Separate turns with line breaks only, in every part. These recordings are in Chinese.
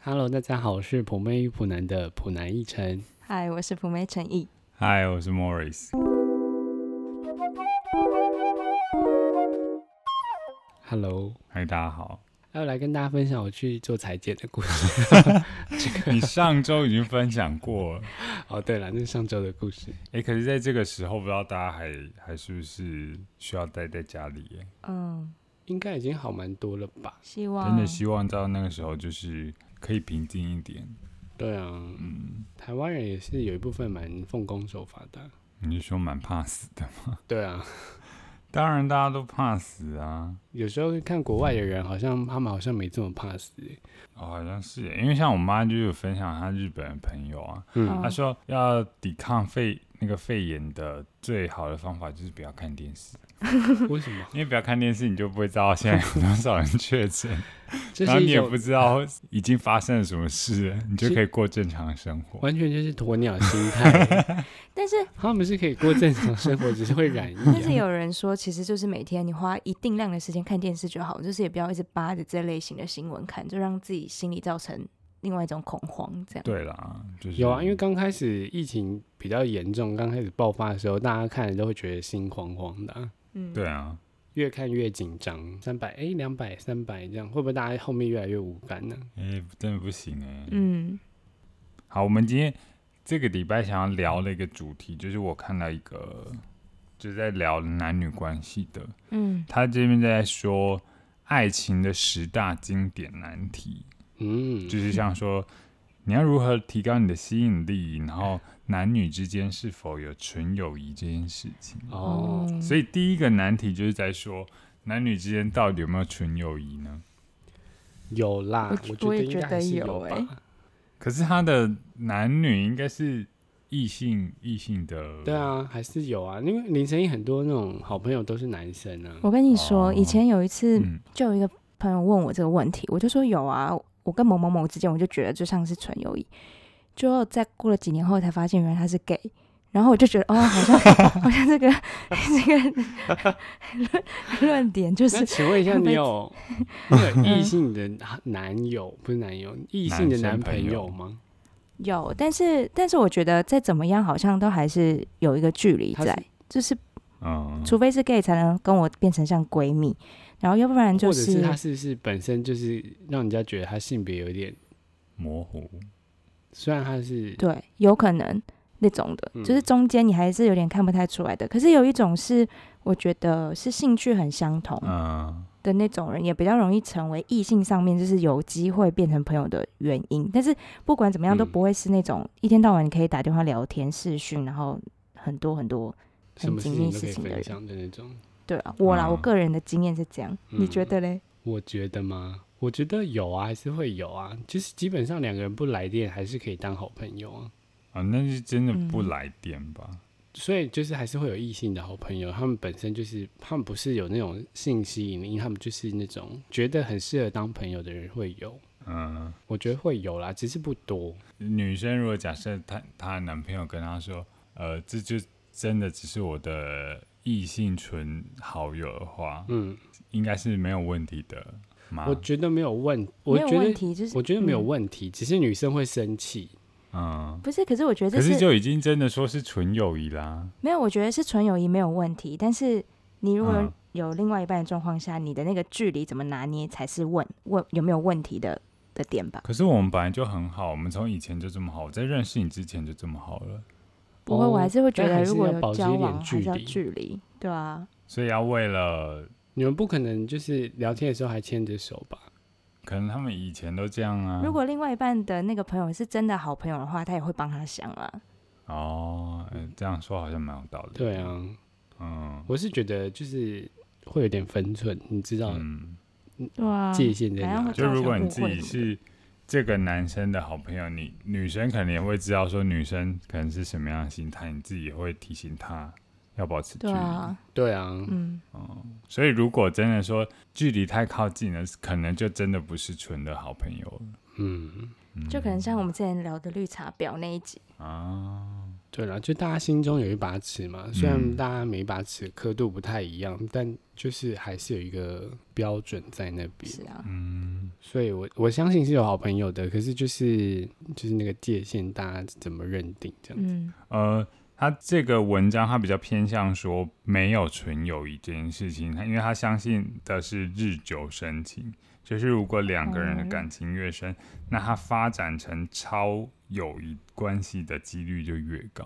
Hello，大家好，我是普妹与普南的普南一晨。
嗨，我是普妹陈毅。
嗨，我是 Morris。
Hello，
嗨，大家好。
要来跟大家分享我去做裁剪的故 事。
你上周已经分享过了，
哦，对了，那是上周的故事。
哎、可是在这个时候，不知道大家还还是不是需要待在家里耶？
嗯，
应该已经好蛮多了吧？
希望
真的希望到那个时候，就是可以平静一点。
对啊，
嗯，
台湾人也是有一部分蛮奉公守法的啊。
你是说蛮怕死的？
对啊，
当然，大家都怕死啊。
有时候看国外的人，好像他们好像没这么怕死欸。
哦，好像是耶，因为像我妈就有分享她日本的朋友啊，
嗯
哦
她说要抵抗肺那个肺炎的最好的方法就是不要看电视，
为什么？
因为不要看电视，你就不会知道现在有多少人确诊。
这
然后
是
你
一
也
种
不知道已经发生了什么事，你就可以过正常的生活。
完全就是鸵鸟心 态。
但 是
他们是可以过正常生活，只是会染疫、啊。
但是有人说，其实就是每天你花一定量的时间看电视就好，就是也不要一直扒着这类型的新闻看，就让自己心里造成另外一种恐慌。这样
对啦，就是
有啊，因为刚开始疫情比较严重，刚开始爆发的时候，大家看了都会觉得心慌慌的啊、
嗯，
对啊，
越看越紧张。三百哎，两百三百这样，会不会大家后面越来越无感呢、
哎、真的不行哎、
嗯
好，我们今天这个礼拜想要聊的一个主题，就是我看到一个就是在聊男女关系的，
嗯
他这边在说爱情的十大经典难题，
嗯，
就是像说你要如何提高你的吸引力，然后男女之间是否有纯友谊这件事情。
哦，
嗯
所以第一个难题就是在说男女之间到底有没有纯友谊呢？
有啦，
我
我
我也
得应
觉
该还
得
是
有
有吧。
欸
可是他的男女应该是异性异性的，
对，啊，还是有啊，因为林晨一很多那种好朋友都是男生啊。
我跟你说，
哦
以前有一次，
嗯，
就有一个朋友问我这个问题，我就说有啊，我跟某某某之间，我就觉得就像是纯友谊。就在过了几年后才发现，原来他是 gay，然后我就觉得哦，好像 好像这个 这个论论点就
那
是
请问一下，你 有你有异性的男友不是男友，异性的
男生
男朋
朋友
友吗？
有，但是但是我觉得再怎么样，好像都还是有一个距离
他
在
是，
就是
嗯，
除非是 gay 才能跟我变成像闺蜜，然后要不然就
或者是他是不是本身就是让人家觉得他性别有一点，
模糊，
虽然他是
对，有可能那种的，
嗯
就是中间你还是有点看不太出来的。可是有一种是，我觉得是兴趣很相同
啊
嗯，
的那种人，也比较容易成为异性上面就是有机会变成朋友的原因。但是不管怎么样，都
嗯
不会是那种一天到晚你可以打电话聊天、视讯，然后很多很多。
什么事
紧
情
密
都可以
事情的
分
人
享的那种。
对啊，我啦，
嗯
我个人的经验是这样，你
嗯
觉得嘞？
我觉得吗？我觉得有啊，还是会有啊。就是基本上两个人不来电，还是可以当好朋友啊。
啊，那是真的不来电吧？
所以就是还是会有异性的好朋友，他们本身就是他们不是有那种性吸引力，他们就是那种觉得很适合当朋友的人会有。
嗯，
我觉得会有啦，只是不多。
女生如果假设她她的男朋友跟她说，呃，这就真的只是我的异性纯好友的话，
嗯，
应该是没有问题的嘛
我，觉得没有问，我
没有
觉
问
得
题，就是
我觉得没有
嗯
问题，只是女生会生气。
嗯。
不是，可是我觉得
可
这
是就已经真的说是纯友谊啦，
没有，我觉得是纯友谊没有问题，但是你如果
嗯
有另外一半的状况下，你的那个距离怎么拿捏才是问问有没有问题的的点吧？
可是我们本来就很好，我们从以前就这么好，我在认识你之前就这么好了，
不会，我还是会觉
哦但还
得
是
如果
要
有
保持
交
一点
往还是要
距离
距离，对啊，
所以要为了
你们不可能就是聊天的时候还牵着手吧？
可能他们以前都这样
嗯
啊。
如果另外一半的那个朋友是真的好朋友的话，他也会帮他想啊。
哦、呃这样说好像蛮有道理。
对，啊，
嗯
我是觉得就是会有点分寸，你知道
嗯，
对啊，
界限在
反
哪
正会
里？
就如果你自
造成误
己
会
是这个男生的好朋友，你女生可能也会知道说女生可能是什么样的心态，你自己也会提醒她要保持距
对
离。
啊，
对啊，
嗯，
所以如果真的说距离太靠近了，可能就真的不是纯的好朋友了。
嗯，
嗯
就可能像我们之前聊的绿茶婊那一集，
啊，
对了，就大家心中有一把尺嘛，虽然
嗯
大家每一把尺刻度不太一样，但就是还是有一个标准在那边。
是啊，
嗯。
所以我我相信是有好朋友的，可是就是就是那个界限，大家怎么认定这样？
嗯
呃，他这个文章他比较偏向说没有纯友谊这件事情，他因为他相信的是日久生情，就是如果两个人的
哦
感情越深，那他发展成超友谊关系的几率就越高。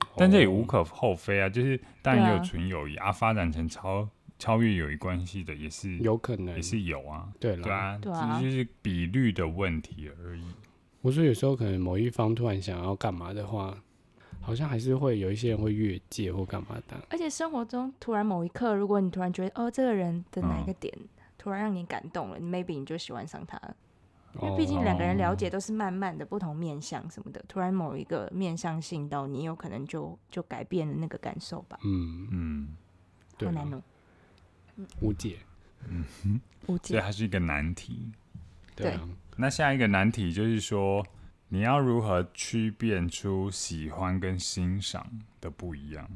哦
但这也
哦
无可厚非啊，就是当然也
对啊
有纯友谊啊，发展成超超越友谊关系的也是
有可能
也是有啊，
对
对
啦。
啊，
对啊
只是比率的问题而已。
我说有时候可能某一方突然想要干嘛的话，好像还是会有一些人会越界或干嘛的。啊
而且生活中突然某一刻，如果你突然觉得哦，这个人的哪一
嗯
个点、突然让你感动了，你 maybe 你就喜欢上他了，因
哦
为毕竟两个人了解都是慢慢的不同面相什么的，突然某一个面相吸引到你，有可能就就改变了那个感受吧，
嗯，
嗯，
对
好
啦，
难哦，
无解。
无
所以
解，
它是一个难题。
对啊，
那下一个难题就是说，你要如何区辨出喜欢跟欣赏的不一样？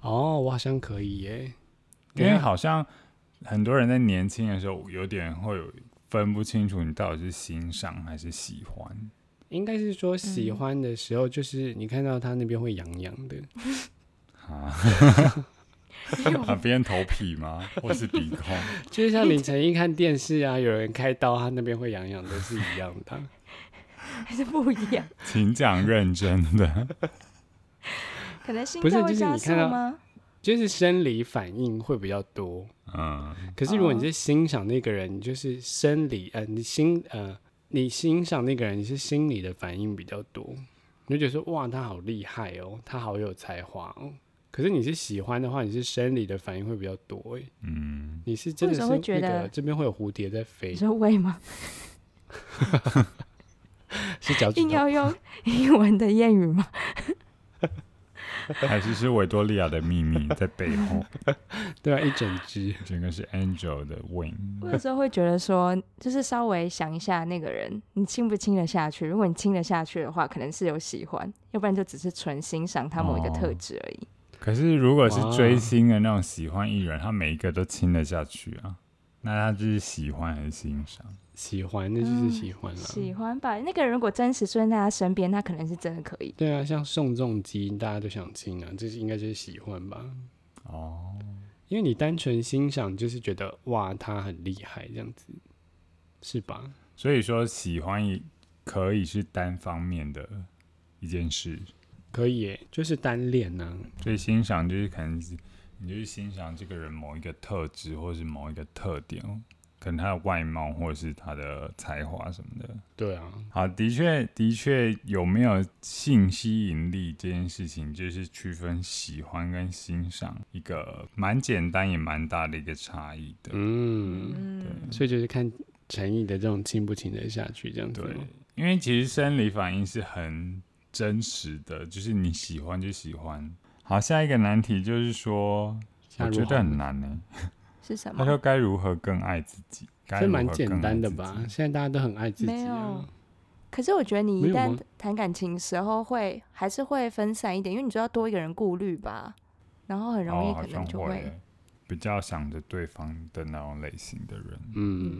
哦，我好像可以耶。啊
因为好像很多人在年轻的时候有点会有分不清楚你到底是欣赏还是喜欢。
应该是说喜
嗯
欢的时候，就是你看到他那边会痒痒的，
啊，啊别人头皮吗？或是鼻孔？
就是像凌晨一看电视啊，有人开刀，他那边会痒痒的，是一样的啊。
还是不一样，
请讲认真的。
可能心
不是
跳会
就是
加
你
速
看到
吗？
就是生理反应会比较多。
嗯，
可是如果你
哦
是欣赏那个人，你就是生理呃，你心呃，你欣赏那个人，你是心理的反应比较多，你就觉得说哇，他好厉害哦，他好有才华哦。可是你是喜欢的话，你是生理的反应会比较多诶，
嗯，
你是真的
或
是那
者会觉
个
得
这边会有蝴蝶在飞
你，说喂吗？
是脚趾
硬
头，
要 用英文的谚语吗？
还是是维多利亚的秘密在背后，
对啊，一整只，
整个是 Angel 的 wing。
我有时候会觉得说，就是稍微想一下那个人，你亲不亲得下去？如果你亲得下去的话，可能是有喜欢；要不然就只是纯欣赏他某一个特质而已。
可是如果是追星的那种喜欢艺人，他每一个都亲得下去啊，那他就是喜欢还是欣赏？
喜欢那就是
嗯
喜欢了、
喜欢吧，那个人如果真实出现在他身边，他可能是真的可以。
对啊，像宋仲基，大家都想亲啊，这是应该就是喜欢吧？
哦，
因为你单纯欣赏，就是觉得哇，他很厉害这样子，是吧？
所以说喜欢也可以是单方面的一件事，
可以耶，就是单恋啊呐、
所以欣赏就是可能是你就是欣赏这个人某一个特质或是某一个特点，可能他的外貌或者是他的才华什么的。
对啊，
好，的确，的确有没有性吸引力这件事情，就是区分喜欢跟欣赏一个蛮简单也蛮大的一个差异的。
嗯，
嗯，
所以就是看诚意的这种亲不亲得下去这样子
对
吗。，
因为其实生理反应是很真实的，就是你喜欢就喜欢。好，下一个难题就是说，
下
我
如
觉得
何嗯
很难呢、欸
是什
他说
么？
该如何更爱自己？该
这
如何
蛮简
更爱
单的
自己
吧？现在大家都很爱自己
没有
啊，
可是我觉得你
没
一
有
旦
吗
谈感情时候会还是会分散一点，因为你就要多一个人顾虑吧，然后很容易
哦，好
可
像
能就
会
会
耶比较想着对方的那种类型的人。
嗯，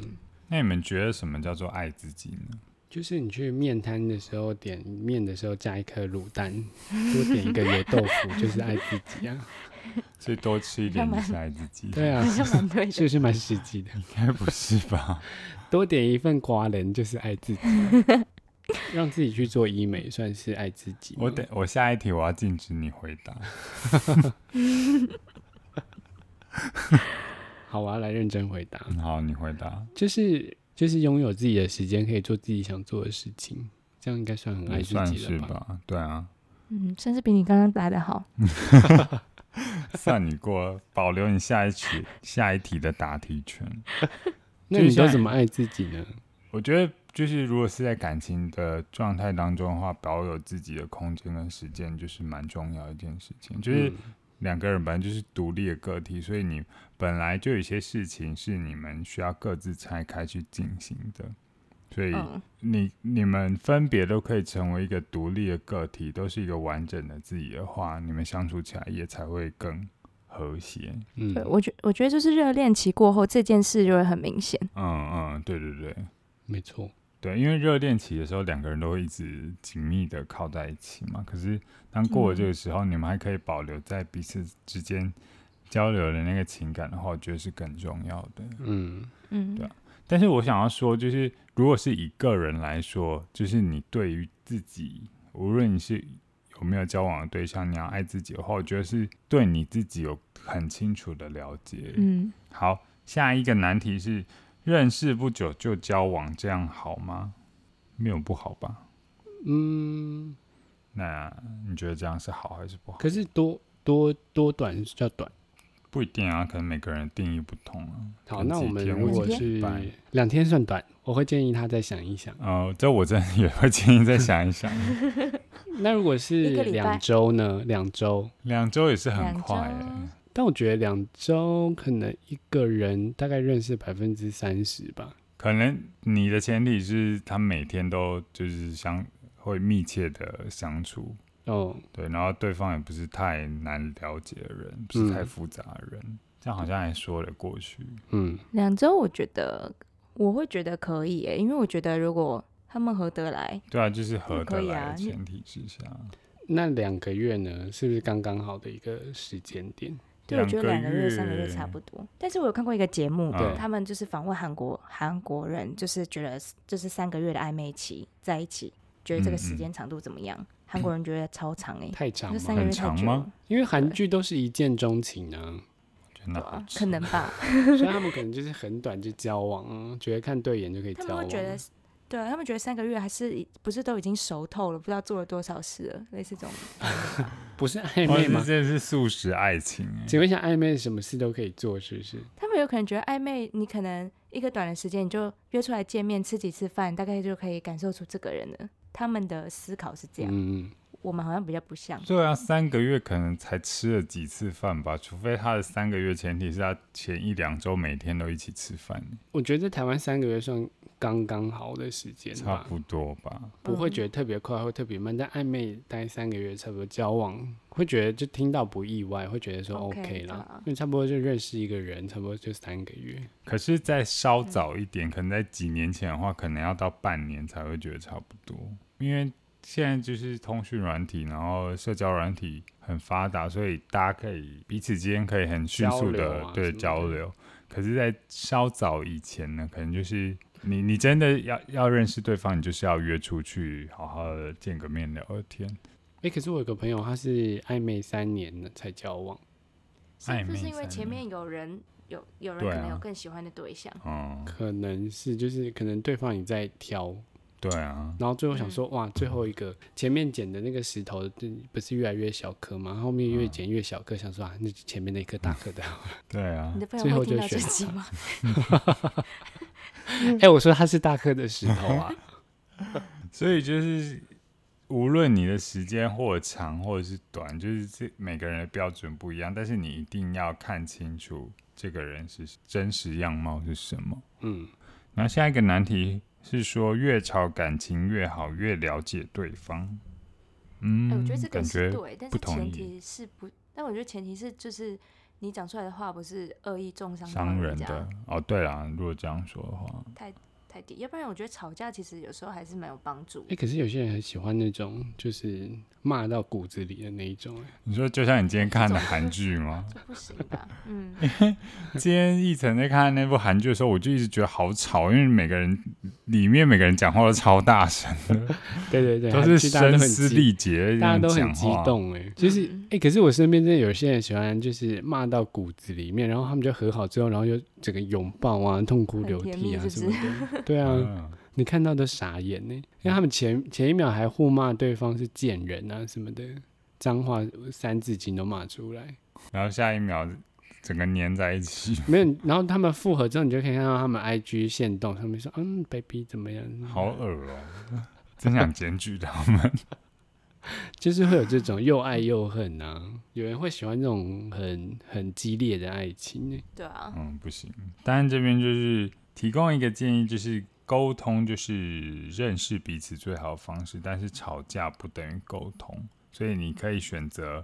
那你们觉得什么叫做爱自己呢？
就是你去面摊的时候点面的时候加一颗卤蛋，多点一个油豆腐，就是爱自己 啊。
所以多吃一点就是爱自己？
对，啊
好，像蛮对的
是。不是蛮实际的？
应该 不是吧？
多点一份瓜仁就是爱自己，啊 让自己去做医美算是爱自己吗。
我等我下一题我要禁止你回答。
好，我要来认真回答，
嗯，好，你回答。
就是就是拥有自己的时间，可以做自己想做的事情，这样应该算很爱
也
自
算
己
是
了吧？
吧？对啊，
嗯，甚至比你刚刚答的好。
算你过，保留你下一题 下一题的答题权。
那
就是
你都
像
怎么爱自己呢？
我觉得就是，如果是在感情的状态当中的话，保有自己的空间跟时间，就是蛮重要的一件事情。就是
嗯
两个人本来就是独立的个体，所以你本来就有一些事情是你们需要各自拆开去进行的，所以
嗯，
你你们分别都可以成为一个独立的个体，都是一个完整的自己的话，你们相处起来也才会更和谐。
嗯
对，我觉我觉得就是热恋期过后这件事就会很明显。
嗯嗯，对对对，
没错，
对，因为热恋期的时候，两个人都会一直紧密的靠在一起嘛。可是当过了这个时候，你们还可以保留在彼此之间交流的那个情感的话，我觉得是更重要的。
嗯，
嗯，
对啊但是我想要说，就是如果是以个人来说，就是你对于自己，无论你是有没有交往的对象，你要爱自己的话，我觉得是对你自己有很清楚的了解。
嗯，
好，下一个难题是认识不久就交往，这样好吗？没有不好吧？
嗯，
那你觉得这样是好还是不好？
可是多多多短是叫短。
不一定啊，可能每个人定义不同啊。
好，
跟
那
几
我们
天
如
我
果
几
是
拜
两天算短，我会建议他再想一想。
呃，这我真的也会建议再想 一想，
那如果是
一个礼拜
两周呢？两周，
两周也是很
两
快、欸。
周
但我觉得两周可能一个人大概认识百分之三十吧。
可能你的前提是他每天都就是相会密切的相处，
哦，
对，然后对方也不是太难了解的人，不是太复杂的人，这样好像还说得过去。
嗯，
两周我觉得我会觉得可以耶，因为我觉得如果他们合得来，
对啊，就是合得
可以
来
啊
的
你
前提之下，
那两个月呢，是不是刚刚好的一个时间点？
对我觉得
两
两
个
个月、三个
月嗯
月差不多。但是我有看过一个节目，
对
他们就是访问韩国韩国人，就是觉得就是三个月的暧昧期在一起，觉得这
嗯
个
嗯
时间长度怎么样？韩国人觉得超长哎、
太长
就三
吗？
个月太
很长
久
吗
了，
因为韩剧都是一见钟情啊，
真
对
的好
啊，可能吧。
所以他们可能就是很短就交往啊，觉得看对眼就可以
他
交
们会
往。
觉得，对啊他们觉得三个月还是已不是都已经熟透了，不知道做了多少事了，类 似这种。
啊不是暧
哇，
昧
这
吗？
这哦是素食爱情哎、
请问一下，暧昧什么事都可以做，是不是？
他们有可能觉得暧昧，你可能一个短的时间你就约出来见面吃几次饭，大概就可以感受出这个人了。他们的思考是这样，
嗯，
我们好像比较不像。
对啊，三个月可能才吃了几次饭吧，除非他的三个月前提是他前一两周每天都一起吃饭，
我觉得在台湾三个月算刚刚好的时间
差
吧，
不多吧。
不会觉
嗯
得特别快或特别慢，但暧昧大概三个月差不多交往，会觉得就听到不意外，会觉得说
OK，
OK
对
啦
啊，
因为差不多就认识一个人，差不多就三个月。
可是再稍
嗯
早一点，可能在几年前的话，可能要到半年才会觉得差不多，因为现在就是通讯软体，然后社交软体很发达，所以大家可以彼此之间可以很迅速
交
的
流啊
对
什么的
交流。可是，在稍早以前呢，可能就是你你真的要要认识对方，你就是要约出去，好好的见个面聊个天。
哎、可是我有个朋友，他是暧昧三年了才交往，
暧
是不
昧
是因为
三
前
年
面有人有有人
对
可能有
啊
更喜欢的对象？
嗯，
可能是就是可能对方也在挑，
对啊，
然后最后
嗯
想说，哇，最后一个前面捡的那个石头不是越来越小颗吗？后面
嗯
越捡越小颗，想说啊，那就前面那颗大 颗的。
对啊
你，的朋
最
友
后
会听
就
到这
选
集
他
吗？
哎、我说它是大颗的石头 啊，
所以就是，无论你的时间或者长或者是短，就是这每个人的标准不一样，但是你一定要看清楚这个人是真实样貌是什么。
嗯，
然后下一个难题是说，越吵感情越好，越了解对方。嗯，
哎、我觉得这个
感
是
觉
对，但
不
是
同
前
意
提是不，但我觉得前提是就是你讲出来的话不是恶意重伤到
伤人
家
的哦。对啦，如果这样说的话，
太低，要不然我觉得吵架其实有时候还是蛮有帮助
哎、。可是有些人很喜欢那种就是骂到骨子里的那一种、哎，
你说就像你今天看的韩剧吗？
这不行吧？嗯，
今天奕晨在看那部韩剧的时候，我就一直觉得好吵，因为每个人里面每个人讲话都超大声，
对对对，
都
韩
是
剧大家都
声
很
嘶
激
力竭，
大家都很
讲
激
话。
动哎、就是哎
嗯、
欸可是我身边真的有些人喜欢，就是骂到骨子里面，然后他们就和好之后，然后就整个拥抱啊、痛哭流涕啊
很甜蜜
什
是
么
不
的。 对啊，
嗯，
你看到都傻眼呢、因为他们前前一秒还互骂对方是贱人啊什么的，脏话三字经都骂出来。
然后下一秒整个粘在一起，
没有，然后他们复合之后，你就可以看到他们 IG 线动上面说，嗯，baby 怎么样？
好恶哦、真想检举他们。
就是会有这种又爱又恨啊。有人会喜欢这种很很激烈的爱情、欸，
对啊，
嗯，不行。当然这边就是提供一个建议，就是沟通就是认识彼此最好的方式，但是吵架不等于沟通，所以你可以选择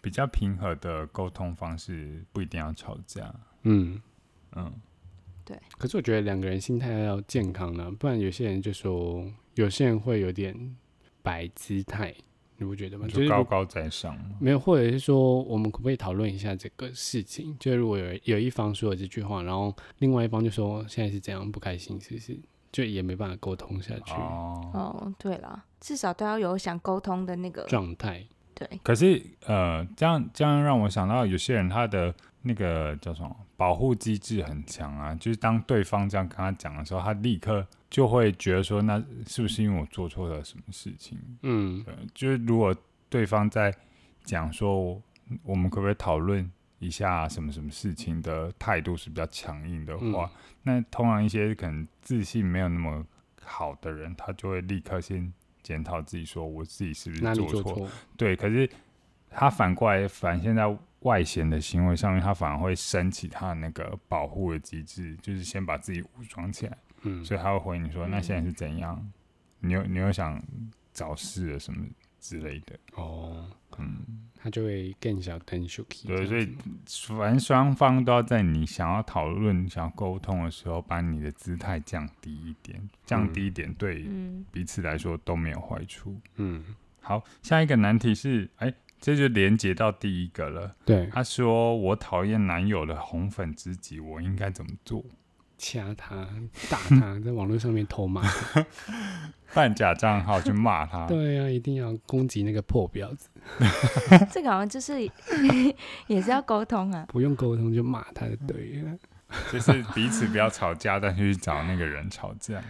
比较平和的沟通方式，不一定要吵架。
嗯。
嗯，
对。
可是我觉得两个人心态要健康呢、不然有些人就说，有些人会有点摆姿态，你不觉得吗？就是
就
如
高高在上嘛。
没有，或者是说，我们可不可以讨论一下这个事情？就如果有有一方说了这句话，然后另外一方就说现在是怎样不开心，是不是？就也没办法沟通下去，
哦，
哦，对了，至少都要有想沟通的那个，
状态
对，
可是呃，这样这样让我想到有些人他的那个叫什么保护机制很强啊，就是当对方这样跟他讲的时候，他立刻就会觉得说，那是不是因为我做错了什么事情？
嗯，
对，就是如果对方在讲说我我们可不可以讨论一下什么什么事情的态度是比较强硬的话，那通常一些可能自信没有那么好的人，他就会立刻先检讨自己，说我自己是不
哪
是
里
做错？
错？
对，可是他反过来反现在外显的行为上面，他反而会升起他的那个保护的机制，就是先把自己武装起来，
嗯，
所以他会回你说：“那
嗯
现在是怎样？你又你又想找事了什么之类的。
哦，”
嗯，
他就会更小灯 shuki。
对，所以反正双方都要在你想要讨论、想要沟通的时候，把你的姿态降低一点，降低一点对
嗯，
彼此来说都没有坏处。
嗯，
好，下一个难题是，哎、这就连接到第一个了。
对，
他说：“我讨厌男友的红粉知己，我应该怎么做
掐他、打他，在网络上面偷骂。？”
办假账号去 骂 他，
对啊，一定要攻击那个破婊子，
这个好像就是 也是要沟通啊，
不用沟通就骂他就对啊了。
就是彼此不要吵架，但是去找那个人吵架。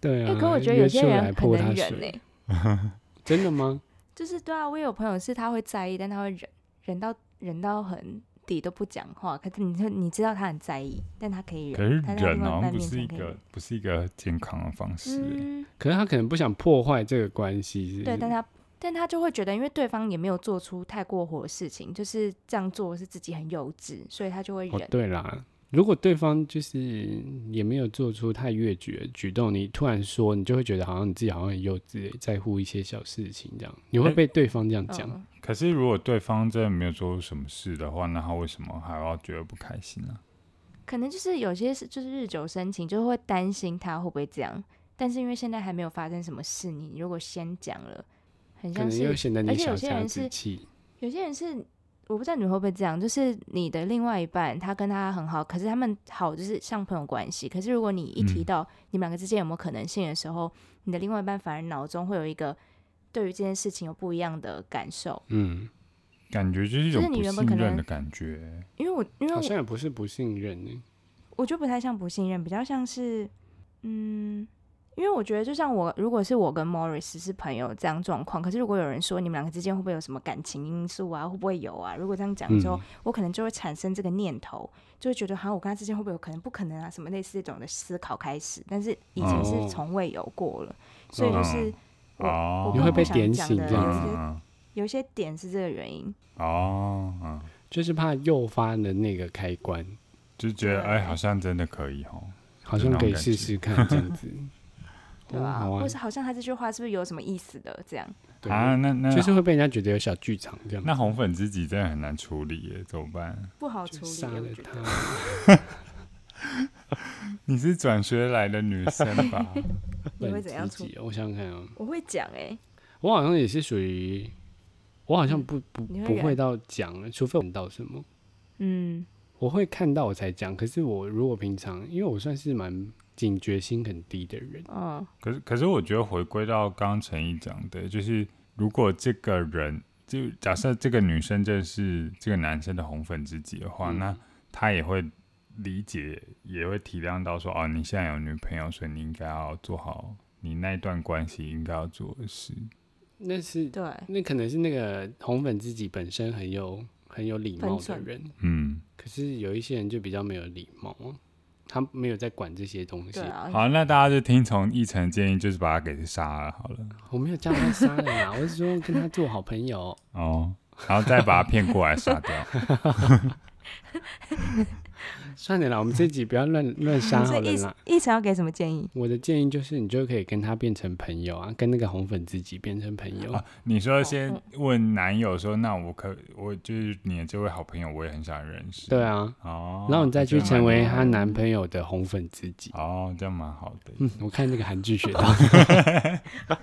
对
呃
哎、
啊，
可我觉得有些
约秀
人
来
很
泼他
能忍欸呢、
水，真的吗？
就是对啊，我也有朋友是他会在意，但他会忍忍到忍到很底都不讲话，可是你就你知道他很在意，但他可以
可是
忍，他在
忍
另外
好
一
像
半
不
面
是一
前可以
个
忍。
不是一个健康的方式、欸。
嗯，
可是他可能不想破坏这个关系，是不
对，
是
但他但他就会觉得，因为对方也没有做出太过火的事情，就是这样做是自己很幼稚，所以他就会
哦
忍，。
对啦，如果对方就是也没有做出太越矩的举动，你突然说，你就会觉得好像你自己好像很幼稚，在乎一些小事情这样，你会
哎
被对方这样讲。
嗯，
可是如果对方真的没有做出什么事的话，那他为什么还要觉得不开心呢、
可能就是有些是就是日久生情，就会担心他会不会这样。但是因为现在还没有发生什么事，你如果先讲了，很
可
像
能
是
又显得
而
你
且
小
有些
家
人
子
是
气，
有些人是我不知道你会不会这样，就是你的另外一半他跟他很好，可是他们好就是像朋友关系，可是如果你一提
嗯
到你们两个之间有没有可能性的时候，你的另外一半反而脑中会有一个对于这件事情有不一样的感受，
嗯，
感觉就是一
就是
种
你
不
原本
信
可
任
能
的感觉欸、
因为我因为
好
我
像也不是不信任呢。
我觉得不太像不信任，比较像是，嗯，因为我觉得就像我，如果是我跟 Morris 是朋友这样状况，可是如果有人说你们两个之间会不会有什么感情因素啊，会不会有啊？如果这样讲之后，
嗯
我可能就会产生这个念头，就会觉得好像我跟他之间会不会有可能不可能啊，什么类似这种的思考开始，但是以前
哦
是从未有过了，所以就是我、
哦
我
你
更
会
不
被
想
点
讲
醒
的
这样
有
子
一些
嗯
有一些点是这个原因，
嗯哦，嗯，
就是怕诱发的那个开关，
就觉得
对。
哎、好像真的可以哦。
好
就
像
那
可
种
以
感
试
觉
试 看这样子哦
对
哦
吧、
好啊
或是好像他这句话是不是有什么意思的这样？
对
啊，那那
就是会被人家觉得有小剧场这样。
那红粉知己真的很难处理耶，怎么办？
不好
就
处理，
杀
我
了
觉得。
他，
你是转学来的女生吧？
你会
笨
怎样
自
处
己哦？我想想看啊，
我会讲哎、
我好像也是属于，我好像
嗯
不不
你会
不
忍
会到讲，除非我看到什么，
嗯，
我会看到我才讲。可是我如果平常，因为我算是蛮警觉心很低的人，
哦，
可是可是我觉得回归到刚刚陈毅讲的，就是如果这个人就假设这个女生正是这个男生的红粉知己的话，
嗯
那他也会理解，也会体谅到说哦，你现在有女朋友，所以你应该要做好你那一段关系应该要做的事。
那是
对，
那可能是那个红粉自己本身很有很有礼貌的
分寸
人，
嗯，
可是有一些人就比较没有礼貌，他没有在管这些东西
对。啊，
好，那大家就听从奕晨的建议，就是把他给杀了好了
我没有叫他杀人 啊，我是说跟他做好朋友。
哦，然后再把他骗过来杀掉。
算了啦，我们这集不要乱乱杀好
所
了
以
啦。
一晨要给什么建议？
我的建议就是，你就可以跟他变成朋友啊，跟那个红粉知己变成朋友。
啊，你说
哦
先问男友说，那我可我就是你的这位好朋友，我也很想认识。
对，啊，
哦，
然后你再去成为她
他
男朋友的红粉知己。
哦，这样蛮好的。
嗯，我看这个韩剧学 到。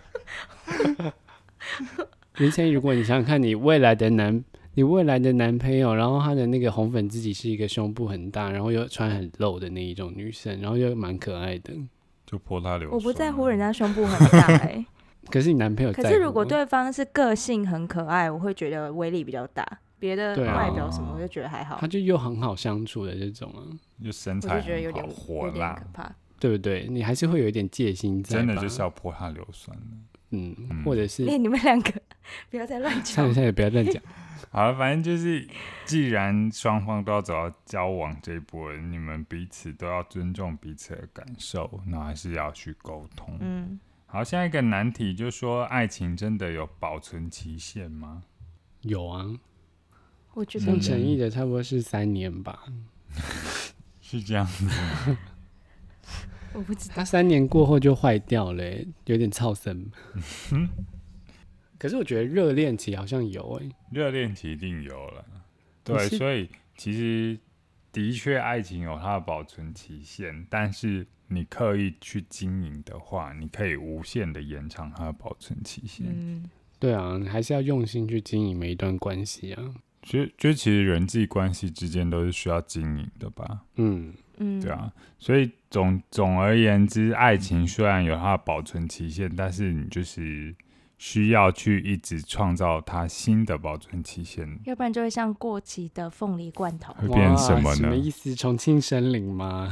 林晨，如果你想想看，你未来的男，你未来的男朋友，然后他的那个红粉知己是一个胸部很大，然后又穿很露的那一种女生，然后又蛮可爱的。
就泼他流水。啊
我不在乎人家胸部很大哎、
可是你男朋友在
可
乎，
是如果对方是个性很可爱，我会觉得威力比较大。别的
对啊
外表什么，我就觉得还好，
他就又很好相处的这种啊，
就身
我就
材
觉得有
很
点
好，火
有点
辣
可，怕。
对不对？你还是会有一点戒心在吧，
真的就是要泼他硫酸的。
嗯，
嗯
或者是
哎、你们两个不要再乱
上
讲
一。下也不要乱讲，
好了，反正就是，既然双方都要走到交往这一步了，你们彼此都要尊重彼此的感受，那还是要去沟通。
嗯，
好，下一个难题就说，爱情真的有保存期限吗？
有啊，
我觉得
像
嗯
陈毅的差不多是三年吧，
是这样子吗，
我不知道。
他三年过后就坏掉了欸、有点操森。
嗯
可是我觉得热恋期好像有哎、
热恋期一定有了，
可
对，
是
所以其实的确，爱情有它的保存期限，但是你刻意去经营的话，你可以无限的延长它的保存期限。
嗯，
对啊，你还是要用心去经营每一段关系啊。
其实，就其实人际关系之间都是需要经营的吧，
嗯，
嗯，
对啊。所以总总而言之，爱情虽然有它的保存期限，但是你就是需要去一直创造它新的保存期限，
要不然就会像过期的凤梨罐头。
嗯
会变成什
哇
么
什么
呢？
意思？重庆森林吗？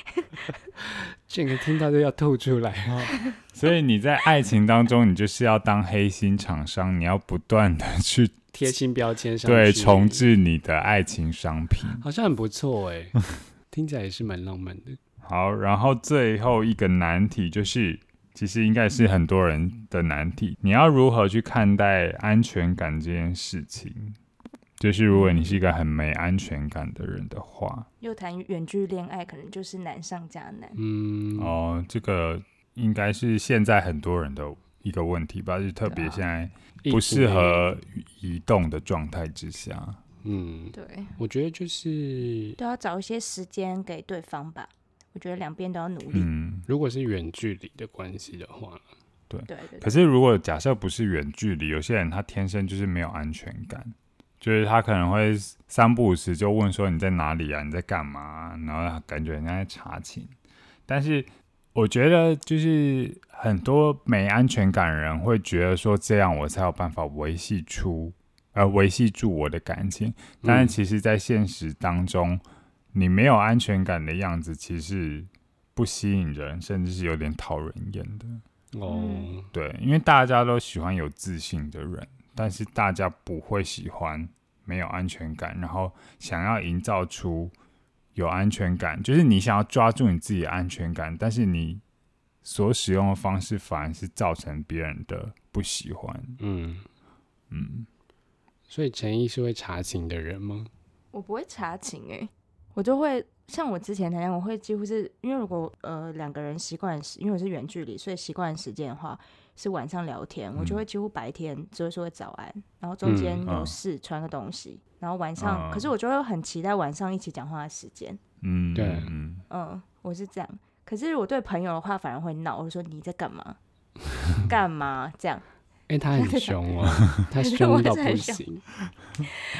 这个听到都要吐出来。
哦所以你在爱情当中，你就是要当黑心厂商，你要不断的去
贴心标签上
对
去
重置你的爱情商品。
好像很不错哎、听起来也是蛮浪漫的。
好，然后最后一个难题就是，其实应该是很多人的难题，你要如何去看待安全感这件事情？就是如果你是一个很没安全感的人的话，
又谈远距恋爱，可能就是难上加难。
嗯，
哦，这个应该是现在很多人的一个问题吧，就是特别
对啊
现在
一
不
直
适
没
合移动的状态之下。
嗯，
对，
我觉得就是
都要找一些时间给对方吧。我觉得两边都要努力。
嗯，
如果是远距离的关系的话，
对对
可
对，
是如果假设不是远距离，有些人他天生就是没有安全感，就是他可能会三不五时就问说你在哪里啊，你在干嘛啊、然后感觉人家在查寝。但是我觉得就是很多没安全感的人会觉得说这样我才有办法维系出呃维系住我的感情，但是
嗯
其实，在现实当中，你没有安全感的样子，其实不吸引人，甚至是有点讨人厌的。
嗯
哦，
对，因为大家都喜欢有自信的人，但是大家不会喜欢没有安全感，然后想要营造出有安全感，就是你想要抓住你自己的安全感，但是你所使用的方式反而是造成别人的不喜欢。
嗯，
嗯，
所以陈毅是会查寝的人吗？
我不会查情哎、我就会像我之前那样，我会几乎是因为如果呃两个人习惯时，因为我是远距离，所以习惯时间的话是晚上聊天，我就
嗯
会几乎白天只会说早安，然后中间
嗯
有
嗯
事传个东西，然后晚上，
嗯
可是我就会很期待晚上一起讲话的时间。
嗯，
对
嗯，
嗯，我是这样。可是我对朋友的话反而会闹，我就说你在干 嘛？干嘛这样？
哎、他很凶哦， 他
是
凶
我
到
是
不
很凶
行。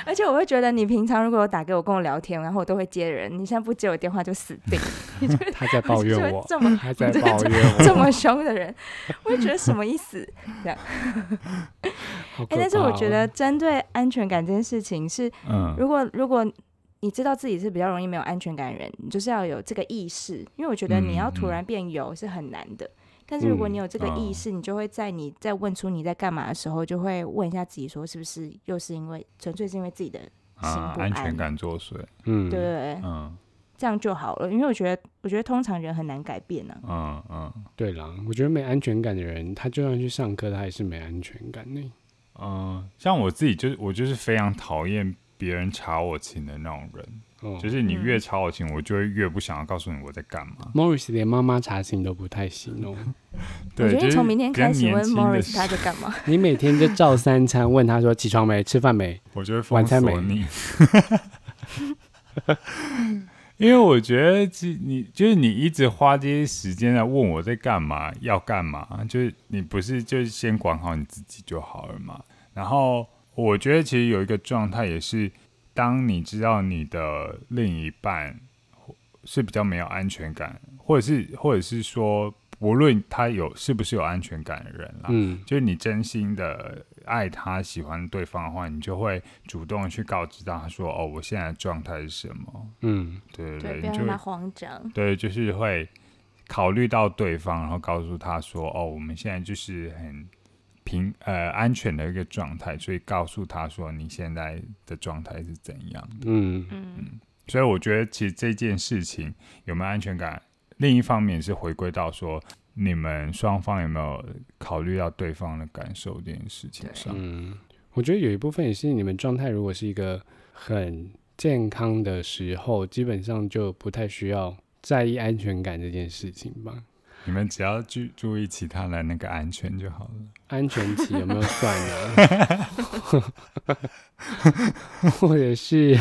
而且我会觉得你平常如果有打给我跟我聊天，然后我都会接人，你现在不接我电话就死定。
他在抱
就
怨
会
我，
这么
他在
这
抱怨 我，
这么凶的人，我就觉得什么意思？
好可
哎、但是我
怕
觉
哦
得针对安全感这件事情是，
嗯，
如果如果你知道自己是比较容易没有安全感的人，你就是要有这个意识，因为我觉得你要
嗯
突
嗯
然变有是很难的。但是如果
嗯
你有这个意识，你就会在你在问出你在干嘛的时候，就会问一下自己说，是不是又是因为纯粹是因为自己的，心
啊，
不
安全
安
感作祟，
嗯，
对不对？
嗯
这样就好了。因为我觉得，我觉得通常人很难改变呢、啊。
嗯嗯
对啦，我觉得没安全感的人，他就算去上课，他还是没安全感呢。
嗯，像我自己就是我就是非常讨厌别人查我勤的那种人，
哦
就是
嗯
你越查我勤，我就会越不想要告诉你我在干嘛。
Morris 连妈妈查寝都不太行哦。
对，
我觉
就
得
是
从明天
比较
开始
年
问
轻的
Morris
时
他在干 嘛。
你每天就照三餐问他说起床没、吃饭没，
我就会封
晚餐
锁
没
你。 因为我觉得其，你就是你一直花这些时间来问我在干嘛，要干嘛，就是你不是就是先管好你自己就好了嘛。然后我觉得其实有一个状态也是，当你知道你的另一半是比较没有安全感，或者是或者是说，不论他有是不是有安全感的人啦，
嗯，
就是你真心的爱他、喜欢对方的话，你就会主动去告知他说：“哦，我现在的状态是什么
嗯，？”
对
对，
对
不
对，
要
你
让他
就
慌张。
对，就是会考虑到对方，然后告诉他说：“哦，我们现在就是很平呃安全的一个状态，所以告诉他说你现在的状态是怎样。”
嗯，
嗯，
所以我觉得，其实这件事情有没有安全感，另一方面是回归到说，你们双方有没有考虑到对方的感受这件事情上。
嗯，我觉得有一部分也是你们状态，如果是一个很健康的时候，基本上就不太需要在意安全感这件事情吧。
你们只要注注意其他的那个安全就好了。
安全期有没有算啊？ 或者是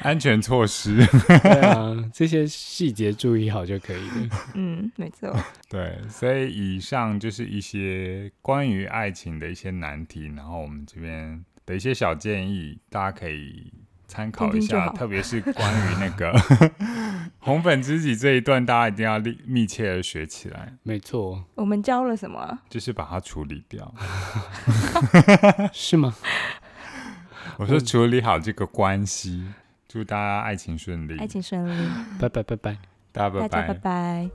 安全措施，
对啊，这些细节注意好就可以了。
嗯，没 错。
对，所以以上就是一些关于爱情的一些难题，然后我们这边的一些小建议，大家可以参考一
听听就
下，
好
特别 是关于那个红粉知己这一段，大家一定要立密切的学起来。
没错，
我们教了什么啊？
就是把它处理掉。
是吗？
我说处理好这个关系，祝大家爱情顺利，
爱情顺利，
拜拜拜拜。
大家拜
大家拜拜。